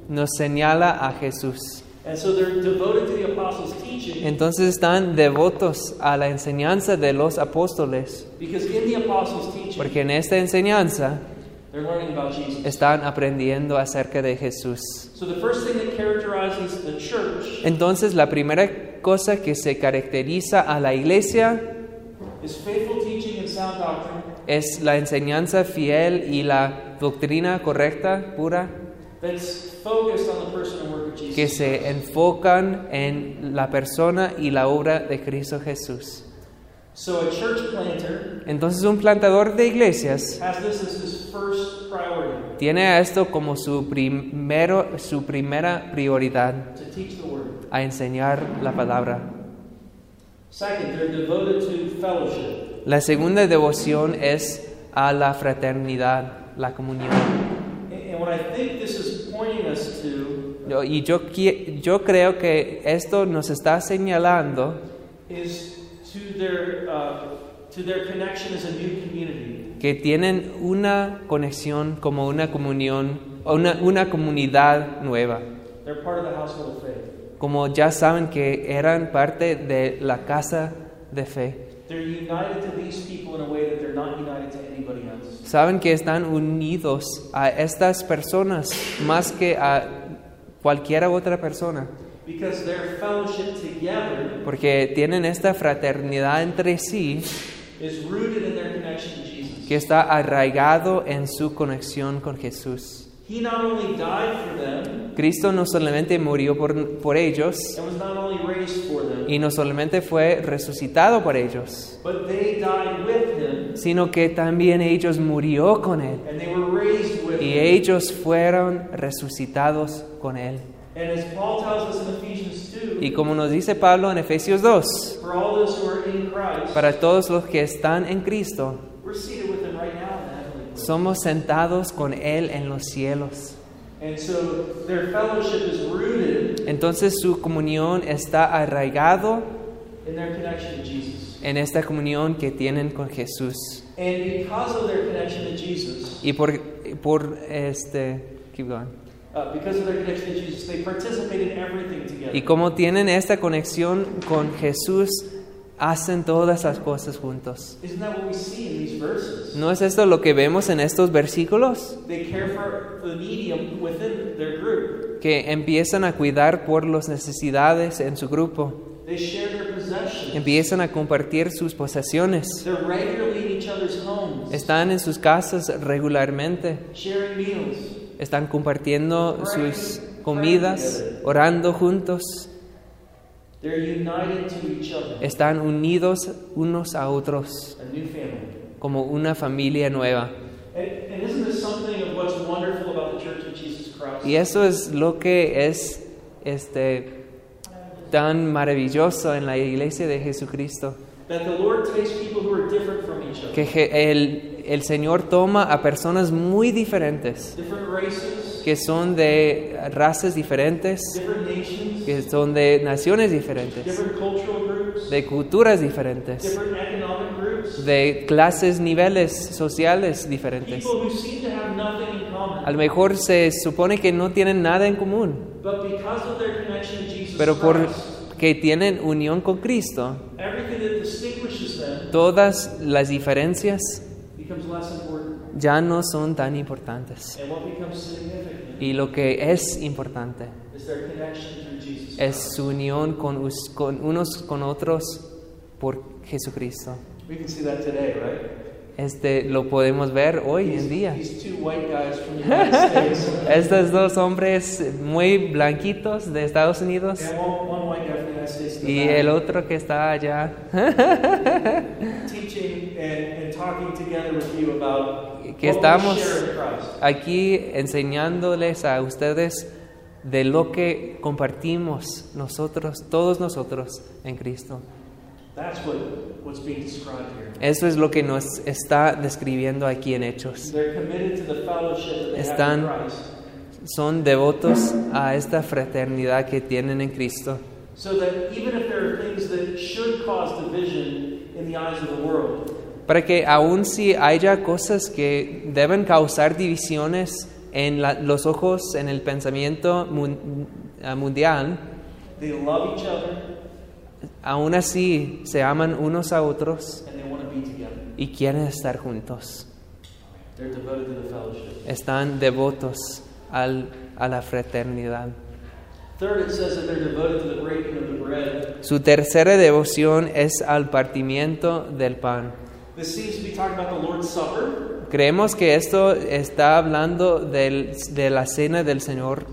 S1: nos señala a Jesús.
S2: And so they're devoted to the apostles' teaching
S1: Entonces están devotos a la enseñanza de los apóstoles,
S2: because in the apostles'
S1: porque en esta enseñanza
S2: They're learning about Jesus.
S1: están aprendiendo acerca de Jesús.
S2: So the first thing that characterizes the church
S1: Entonces la primera cosa que se caracteriza a la iglesia
S2: is faithful teaching and sound doctrine
S1: es la enseñanza fiel y la doctrina correcta, pura,
S2: that's focused on the person and work of Jesus.
S1: que se enfocan en la persona y la obra de Cristo Jesús.
S2: So a church planter
S1: Entonces un plantador de iglesias
S2: has this as his first priority
S1: tiene a esto como su, primero, su primera prioridad,
S2: to teach the word.
S1: a enseñar la palabra.
S2: Second, they're devoted to fellowship.
S1: La segunda devoción es a la fraternidad, la comunión.
S2: And- And what I think this is pointing us to
S1: Yo- Y yo, qui- yo creo que esto nos está señalando
S2: is to their uh, to their connection as a new community.
S1: que tienen una conexión como una comunión, o una, una comunidad nueva.
S2: They're part of the household of faith.
S1: Como ya saben que eran parte de la casa de fe.
S2: They're united to these people in a way that they're not united to anybody else.
S1: Saben que están unidos a estas personas más que a cualquier otra persona.
S2: Because their fellowship together
S1: Porque tienen esta fraternidad entre sí
S2: is rooted in their connection to Jesus.
S1: que está arraigado en su conexión con Jesús.
S2: He not only died for them
S1: Cristo no solamente murió por, por ellos
S2: and was not only raised for them,
S1: y no solamente fue resucitado por ellos,
S2: but they died with him
S1: sino que también ellos murió con Él
S2: and they were raised with
S1: y
S2: him.
S1: ellos fueron resucitados con Él.
S2: And as Paul tells us in Ephesians 2,
S1: Y como nos dice Pablo en Efesios 2,
S2: for all those who are in Christ,
S1: Para todos los que están en Cristo,
S2: we're seated with him right now in the heavenly place.
S1: somos sentados con Él en los cielos.
S2: And so their fellowship is rooted
S1: Entonces su comunión está arraigado
S2: in their connection to Jesus.
S1: en esta comunión que tienen con Jesús.
S2: And because of their connection to Jesus,
S1: Y por, por este... keep going.
S2: uh, because of their connection to Jesus, they participate in everything
S1: Y
S2: together.
S1: como tienen esta conexión con Jesús, hacen todas las cosas juntos.
S2: Isn't that what we see in these verses?
S1: ¿No es esto lo que vemos en estos versículos?
S2: They care for the medium within their group.
S1: Que empiezan a cuidar por las necesidades en su grupo.
S2: They share their possessions.
S1: Empiezan a compartir sus posesiones.
S2: They're regularly in each other's homes,
S1: Están en sus casas regularmente,
S2: sharing meals.
S1: están compartiendo sus comidas, orando juntos,
S2: They're united to each other,
S1: están unidos unos a otros
S2: a new family.
S1: como una familia nueva.
S2: And, and isn't this something of what's wonderful about the Church of Jesus Christ?
S1: Y eso es lo que es este tan maravilloso en la iglesia de Jesucristo,
S2: That the Lord takes people who are different from each other,
S1: que je- el, el Señor toma a personas muy diferentes,
S2: different races,
S1: que son de razas diferentes,
S2: different nations,
S1: que son de naciones diferentes,
S2: different cultural groups,
S1: de culturas diferentes.
S2: different economic groups,
S1: de clases, niveles sociales diferentes.
S2: people who seem to have nothing in
S1: A lo
S2: common.
S1: mejor se supone que no tienen nada en común,
S2: But because of their connection to Jesus
S1: pero
S2: Christ,
S1: porque tienen unión con Cristo,
S2: everything that distinguishes them
S1: todas las diferencias
S2: becomes less important.
S1: ya no son tan importantes.
S2: And what becomes significant
S1: Y lo que es importante
S2: is their connection through Jesus
S1: es su unión con, us- con unos con otros por Jesucristo.
S2: Christ. We can see that today, right?
S1: Este lo podemos ver hoy en
S2: These-
S1: día.
S2: These two white guys from the United States.
S1: Estos dos hombres muy blanquitos de Estados Unidos
S2: And one, one white guy from the United States in the
S1: y
S2: back.
S1: el otro que está allá
S2: teaching and, and talking together with you about
S1: Que
S2: what
S1: estamos-
S2: we share in Christ.
S1: aquí enseñándoles a ustedes de lo que compartimos nosotros, todos nosotros en Cristo.
S2: That's what, what's being described here.
S1: Eso es lo que nos está describiendo aquí en Hechos.
S2: They're committed to the fellowship that they
S1: Están-
S2: have in Christ.
S1: Son devotos a esta fraternidad que tienen en Cristo.
S2: So that even if there are things that should cause division in the eyes of the world,
S1: Para que aun si haya cosas que deben causar divisiones en la- los ojos, en el pensamiento mun- eh, mundial,
S2: they love each other
S1: aún así se aman unos a otros
S2: and they want to be together.
S1: y quieren estar juntos.
S2: They're devoted to the fellowship.
S1: Están devotos al, a la fraternidad.
S2: Third, it says that they're devoted to the breaking of the bread.
S1: Su tercera devoción es al partimiento del pan.
S2: This seems to be talking about the Lord's Supper,
S1: Creemos que esto está hablando del- de la cena del Señor.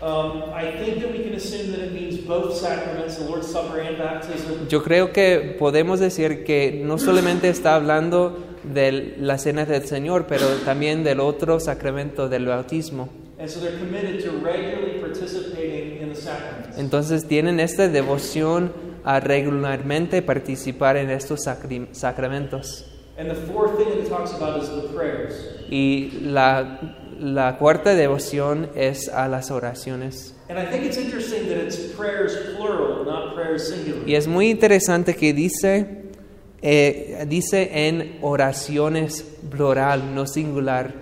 S2: Um, I think that we can assume that it means both sacraments, the Lord's Supper and baptism.
S1: Yo creo que podemos decir que no solamente está hablando de la cena del Señor, pero también del otro sacramento del bautismo.
S2: And so they're committed to regularly participating in the sacraments.
S1: Entonces tienen esta devoción a regularmente participar en estos sacri- sacramentos.
S2: And the fourth thing that it talks about is the prayers.
S1: Y la, la cuarta devoción es a las oraciones.
S2: And I think it's interesting that it's prayers plural, not prayers singular.
S1: Y es muy interesante que dice, eh, dice en oraciones plural, no singular.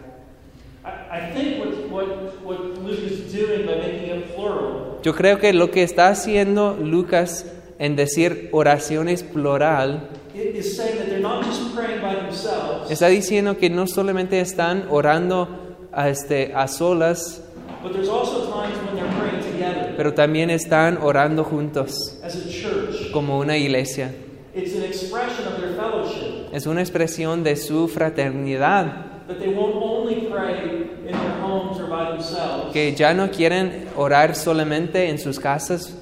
S2: I, I think what, what, what Luke is doing by making it plural
S1: Yo creo que lo que está haciendo Lucas en decir oraciones plural,
S2: i- is saying that they're not just praying by themselves,
S1: está diciendo que no solamente están orando a, este, a solas,
S2: but there's also times when they're praying together
S1: pero también están orando juntos,
S2: as a church.
S1: como una iglesia.
S2: It's an expression of their fellowship.
S1: Es una expresión de su fraternidad,
S2: That they won't only pray in their homes or by themselves,
S1: que ya no quieren orar solamente en sus casas,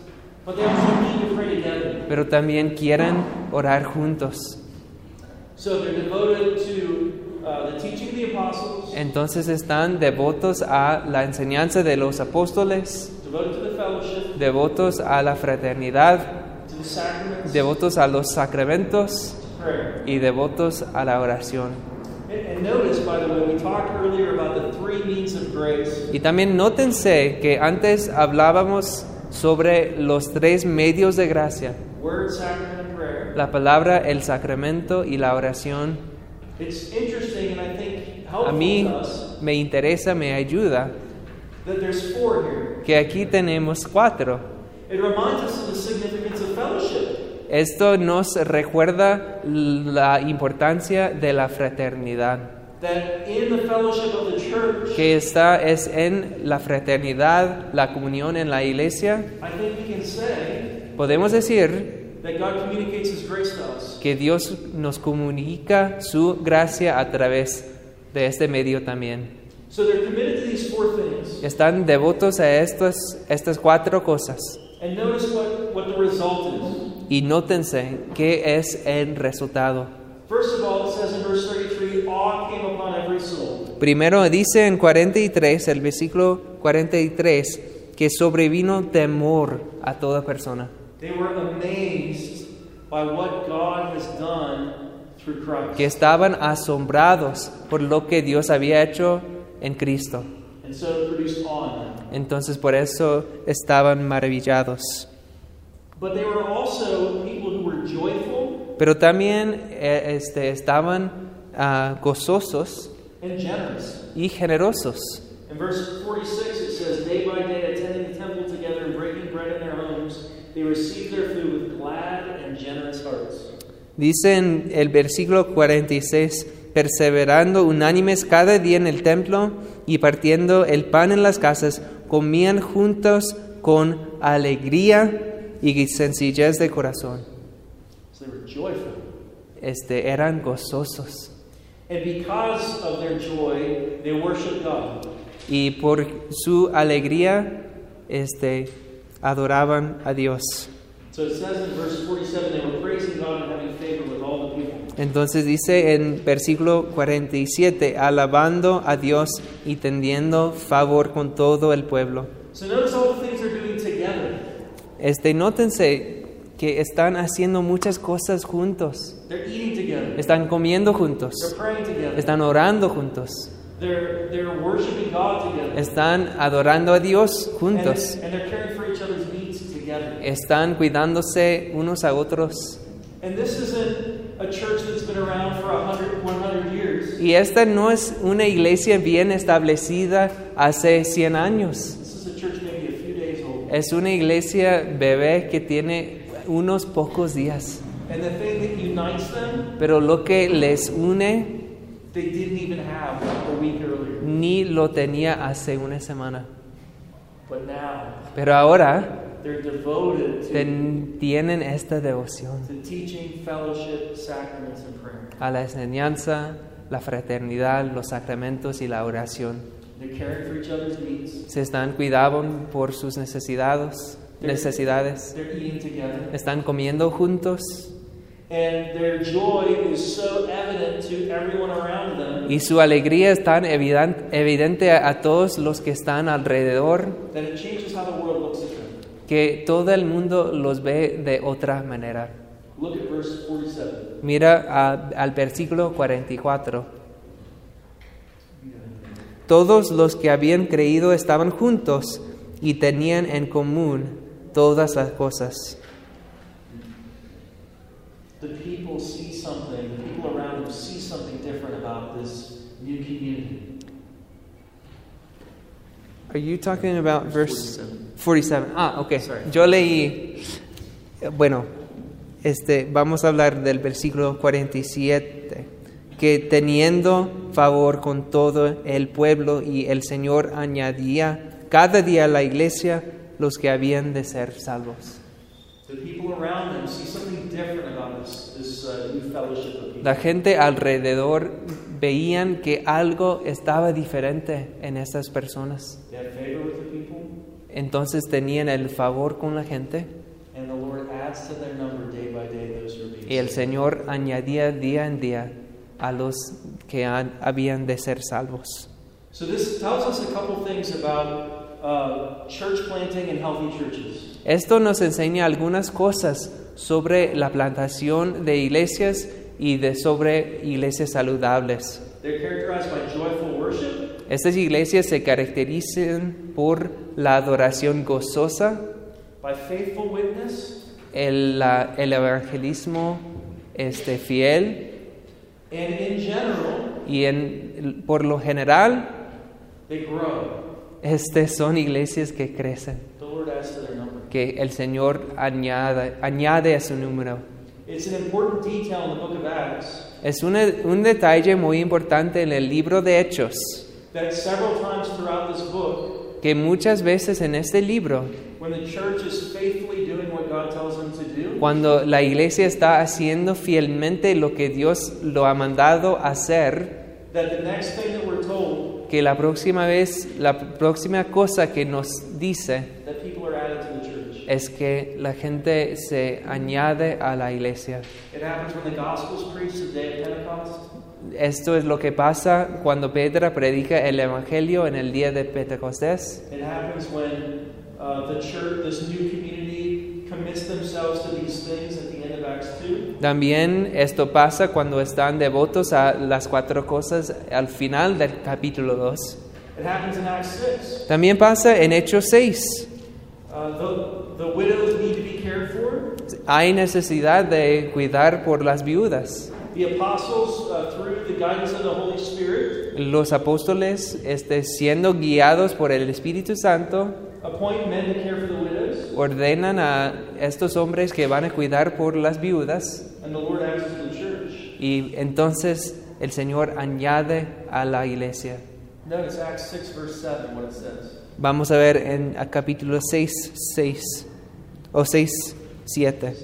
S2: but they also need to pray together.
S1: pero también quieren orar juntos.
S2: So they're devoted to uh, the teaching of the apostles,
S1: Entonces están devotos a la enseñanza de los apóstoles,
S2: devoted to the fellowship,
S1: devotos a la fraternidad,
S2: to the sacraments,
S1: devotos a los sacramentos
S2: to prayer.
S1: y devotos a la oración.
S2: And, and notice, by the way, we talked earlier about the three means of grace.
S1: Y también nótense que antes hablábamos sobre los tres medios de gracia,
S2: Word, sacrament, and prayer.
S1: la palabra, el sacramento y la oración.
S2: It's interesting and I think
S1: A
S2: helpful
S1: mí
S2: to us
S1: me interesa, me ayuda,
S2: that there's four here.
S1: que aquí tenemos cuatro.
S2: It reminds us of the significance of fellowship.
S1: Esto nos recuerda la importancia de la fraternidad,
S2: That in the fellowship of the church,
S1: que está es en la fraternidad, la comunión en la iglesia.
S2: I think we can say
S1: Podemos decir
S2: that God communicates His grace to us.
S1: que Dios nos comunica su gracia a través de este medio también.
S2: So they're committed to these four things.
S1: Están devotos a estas, estas cuatro cosas
S2: And notice what, what the result is.
S1: y nótense qué es el resultado.
S2: First of all, it says in verse 33 awe came upon every soul.
S1: Primero dice en 43, el versículo 43, que sobrevino temor a toda persona.
S2: They were amazed by what God has done through Christ.
S1: que estaban asombrados por lo que Dios había hecho en Cristo.
S2: And so it produced awe in them.
S1: Entonces por eso estaban maravillados.
S2: But they were also people who were joyful
S1: pero también eh, este, estaban ah, gozosos
S2: and generous.
S1: y generosos.
S2: In verse 46, it says, Day by day, attending the temple together and breaking bread in their homes, they received their food with glad and generous hearts.
S1: Dice en el versículo 46, perseverando unánimes cada día en el templo y partiendo el pan en las casas, comían juntos con alegría y sencillez de corazón.
S2: So they were joyful.
S1: Este, eran gozosos.
S2: And because of their joy, they worshiped God.
S1: Y por su alegría este, adoraban a Dios.
S2: So it says in verse 47 they were praising God and having favor with all the people.
S1: Entonces dice en versículo 47, alabando a Dios y tendiendo favor con todo el pueblo.
S2: So notice all the things they're doing together.
S1: Este, nótense que están haciendo muchas cosas juntos.
S2: They're eating together.
S1: Están comiendo
S2: They're
S1: juntos,
S2: praying together.
S1: están orando juntos,
S2: They're, they're worshiping God together.
S1: están adorando a Dios
S2: And,
S1: juntos,
S2: and they're caring for each other's needs together.
S1: están cuidándose unos a otros.
S2: And this isn't a church that's been around for 100, 100 years.
S1: Y esta no es una iglesia bien establecida hace 100 años.
S2: This is a church maybe a few days old.
S1: Es una iglesia bebé que tiene unos pocos días.
S2: And the thing that unites them,
S1: pero lo que les une
S2: they didn't even have a week earlier.
S1: ni lo tenía hace una semana.
S2: But now
S1: Pero ahora
S2: they're devoted to,
S1: ten- tienen esta devoción
S2: to teaching, fellowship, sacraments, and prayer.
S1: a la enseñanza, la fraternidad, los sacramentos y la oración.
S2: They're caring for each other's needs.
S1: Se están cuidando por sus necesidades, necesidades.
S2: They're eating together.
S1: Están comiendo juntos
S2: And their joy is so evident to everyone around them
S1: y su alegría es tan evidan- evidente a a todos los que están alrededor
S2: that it changes how the world looks at them.
S1: que todo el mundo los ve de otra manera.
S2: Look at verse 47.
S1: Mira a- al versículo 44. Todos los que habían creído estaban juntos y tenían en común todas las cosas.
S2: The people see something, the people around them see something different about this new community.
S1: Are you talking about verse
S2: 47.
S1: 47? Ah, ok.
S2: Sorry.
S1: Yo leí bueno, este vamos a hablar del versículo 47 que teniendo favor con todo el pueblo y el Señor añadía cada día a la iglesia los que habían de ser salvos.
S2: The people around them see something different about this, this uh, new fellowship of people.
S1: La gente alrededor veían que algo estaba diferente en esas personas.
S2: They have favor with the people,
S1: Entonces tenían el favor con la gente
S2: and the Lord adds to their number day by day those who are being
S1: y el
S2: saved.
S1: Señor añadía día en día a los que han- habían de ser salvos.
S2: So this tells us a couple things about uh, church planting and healthy churches.
S1: Esto nos enseña algunas cosas sobre la plantación de iglesias y de sobre iglesias saludables.
S2: They're characterized by joyful worship,
S1: Estas iglesias se caracterizan por la adoración gozosa,
S2: by faithful witness,
S1: el, ah, el evangelismo este, fiel
S2: and in general,
S1: y en, por lo general
S2: they grow.
S1: este, son iglesias que crecen,
S2: The Lord adds to their number.
S1: que el Señor añade, añade a su número.
S2: It's an important detail in the book of Acts
S1: Es un, un detalle muy importante en el libro de Hechos,
S2: that several times throughout this book,
S1: que muchas veces en este libro,
S2: when the church is faithfully doing what God tells them to do,
S1: cuando la iglesia está haciendo fielmente lo que Dios lo ha mandado hacer,
S2: that the next thing that we're told
S1: que la próxima vez, la próxima cosa que nos dice
S2: that people are added to the church.
S1: es que la gente se añade a la iglesia.
S2: It happens when the gospel's preached the day of Pentecost.
S1: Esto es lo que pasa cuando Pedro predica el Evangelio en el día de Pentecostés.
S2: It happens when uh, the church, this new community, commits themselves to these things at the end of Acts 2.
S1: También esto pasa cuando están devotos a las cuatro cosas al final del capítulo 2.
S2: It happens in Acts 6.
S1: También pasa en Hechos 6.
S2: Uh, the, the widows need to be cared for.
S1: Hay necesidad de cuidar por las viudas.
S2: The apostles, uh, through the guidance of the Holy Spirit,
S1: Los apóstoles este, siendo guiados por el Espíritu Santo
S2: appoint men to care for the widows,
S1: ordenan a estos hombres que van a cuidar por las viudas
S2: and the Lord adds to the church.
S1: y entonces el Señor añade a la iglesia.
S2: Notice Acts 6, verse 7, what it says.
S1: Vamos a ver en a capítulo 6, 6 o 6, 7.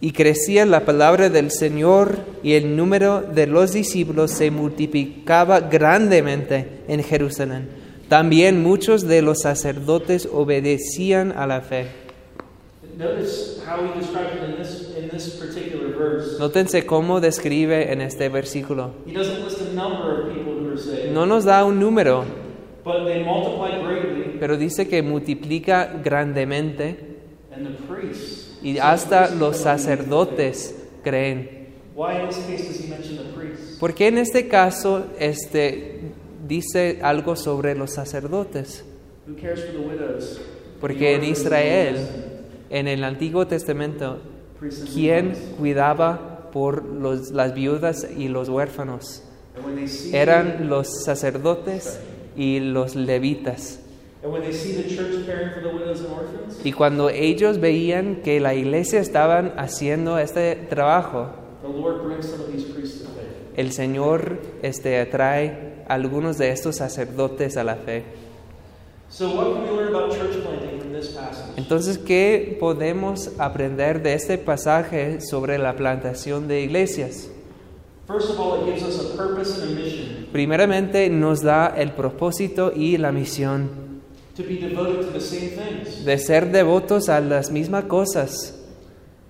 S1: Y crecía la palabra del Señor y el número de los discípulos se multiplicaba grandemente en Jerusalén. También muchos de los sacerdotes obedecían a la fe.
S2: Notice how he describes it in this, in this particular verse.
S1: Nótense cómo describe en este versículo.
S2: He doesn't list a number of people who are saved,
S1: No nos da un número,
S2: but they multiply greatly,
S1: pero dice que multiplica grandemente
S2: and the priests.
S1: y
S2: so
S1: hasta
S2: priests
S1: los
S2: become
S1: sacerdotes creen.
S2: leaders. Why in this case does he mention the priests?
S1: ¿Por qué en este caso este, dice algo sobre los sacerdotes?
S2: Who cares for the widows?
S1: Porque en
S2: The orphans and
S1: Israel,
S2: widows,
S1: en el Antiguo Testamento,
S2: priests and
S1: ¿quién
S2: Levites.
S1: cuidaba por los- las viudas y los huérfanos?
S2: And when they see
S1: Eran los sacerdotes y los levitas.
S2: And And when they see the church caring for the widows and orphans,
S1: Y cuando ellos veían que la iglesia estaban haciendo este trabajo,
S2: the Lord brings some of these priests to faith.
S1: el Señor este, atrae a algunos de estos sacerdotes a la fe.
S2: So, what can we learn about church planting from this passage?
S1: Entonces, ¿qué podemos aprender de este pasaje sobre la plantación de iglesias?
S2: First of all, it gives us a purpose and a mission
S1: Primeramente nos da el propósito y la misión
S2: to be devoted to the same things
S1: de ser devotos a las mismas cosas,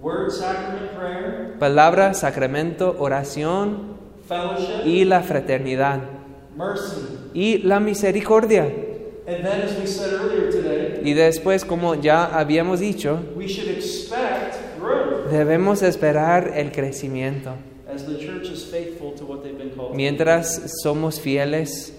S2: word, sacrament, prayer,
S1: palabra, sacramento, oración
S2: fellowship,
S1: y la fraternidad
S2: mercy.
S1: y la misericordia.
S2: And then, as we said earlier today,
S1: Y después, como ya habíamos dicho,
S2: we should expect growth
S1: Debemos esperar el crecimiento
S2: as the church is faithful to what they've been called to.
S1: mientras somos fieles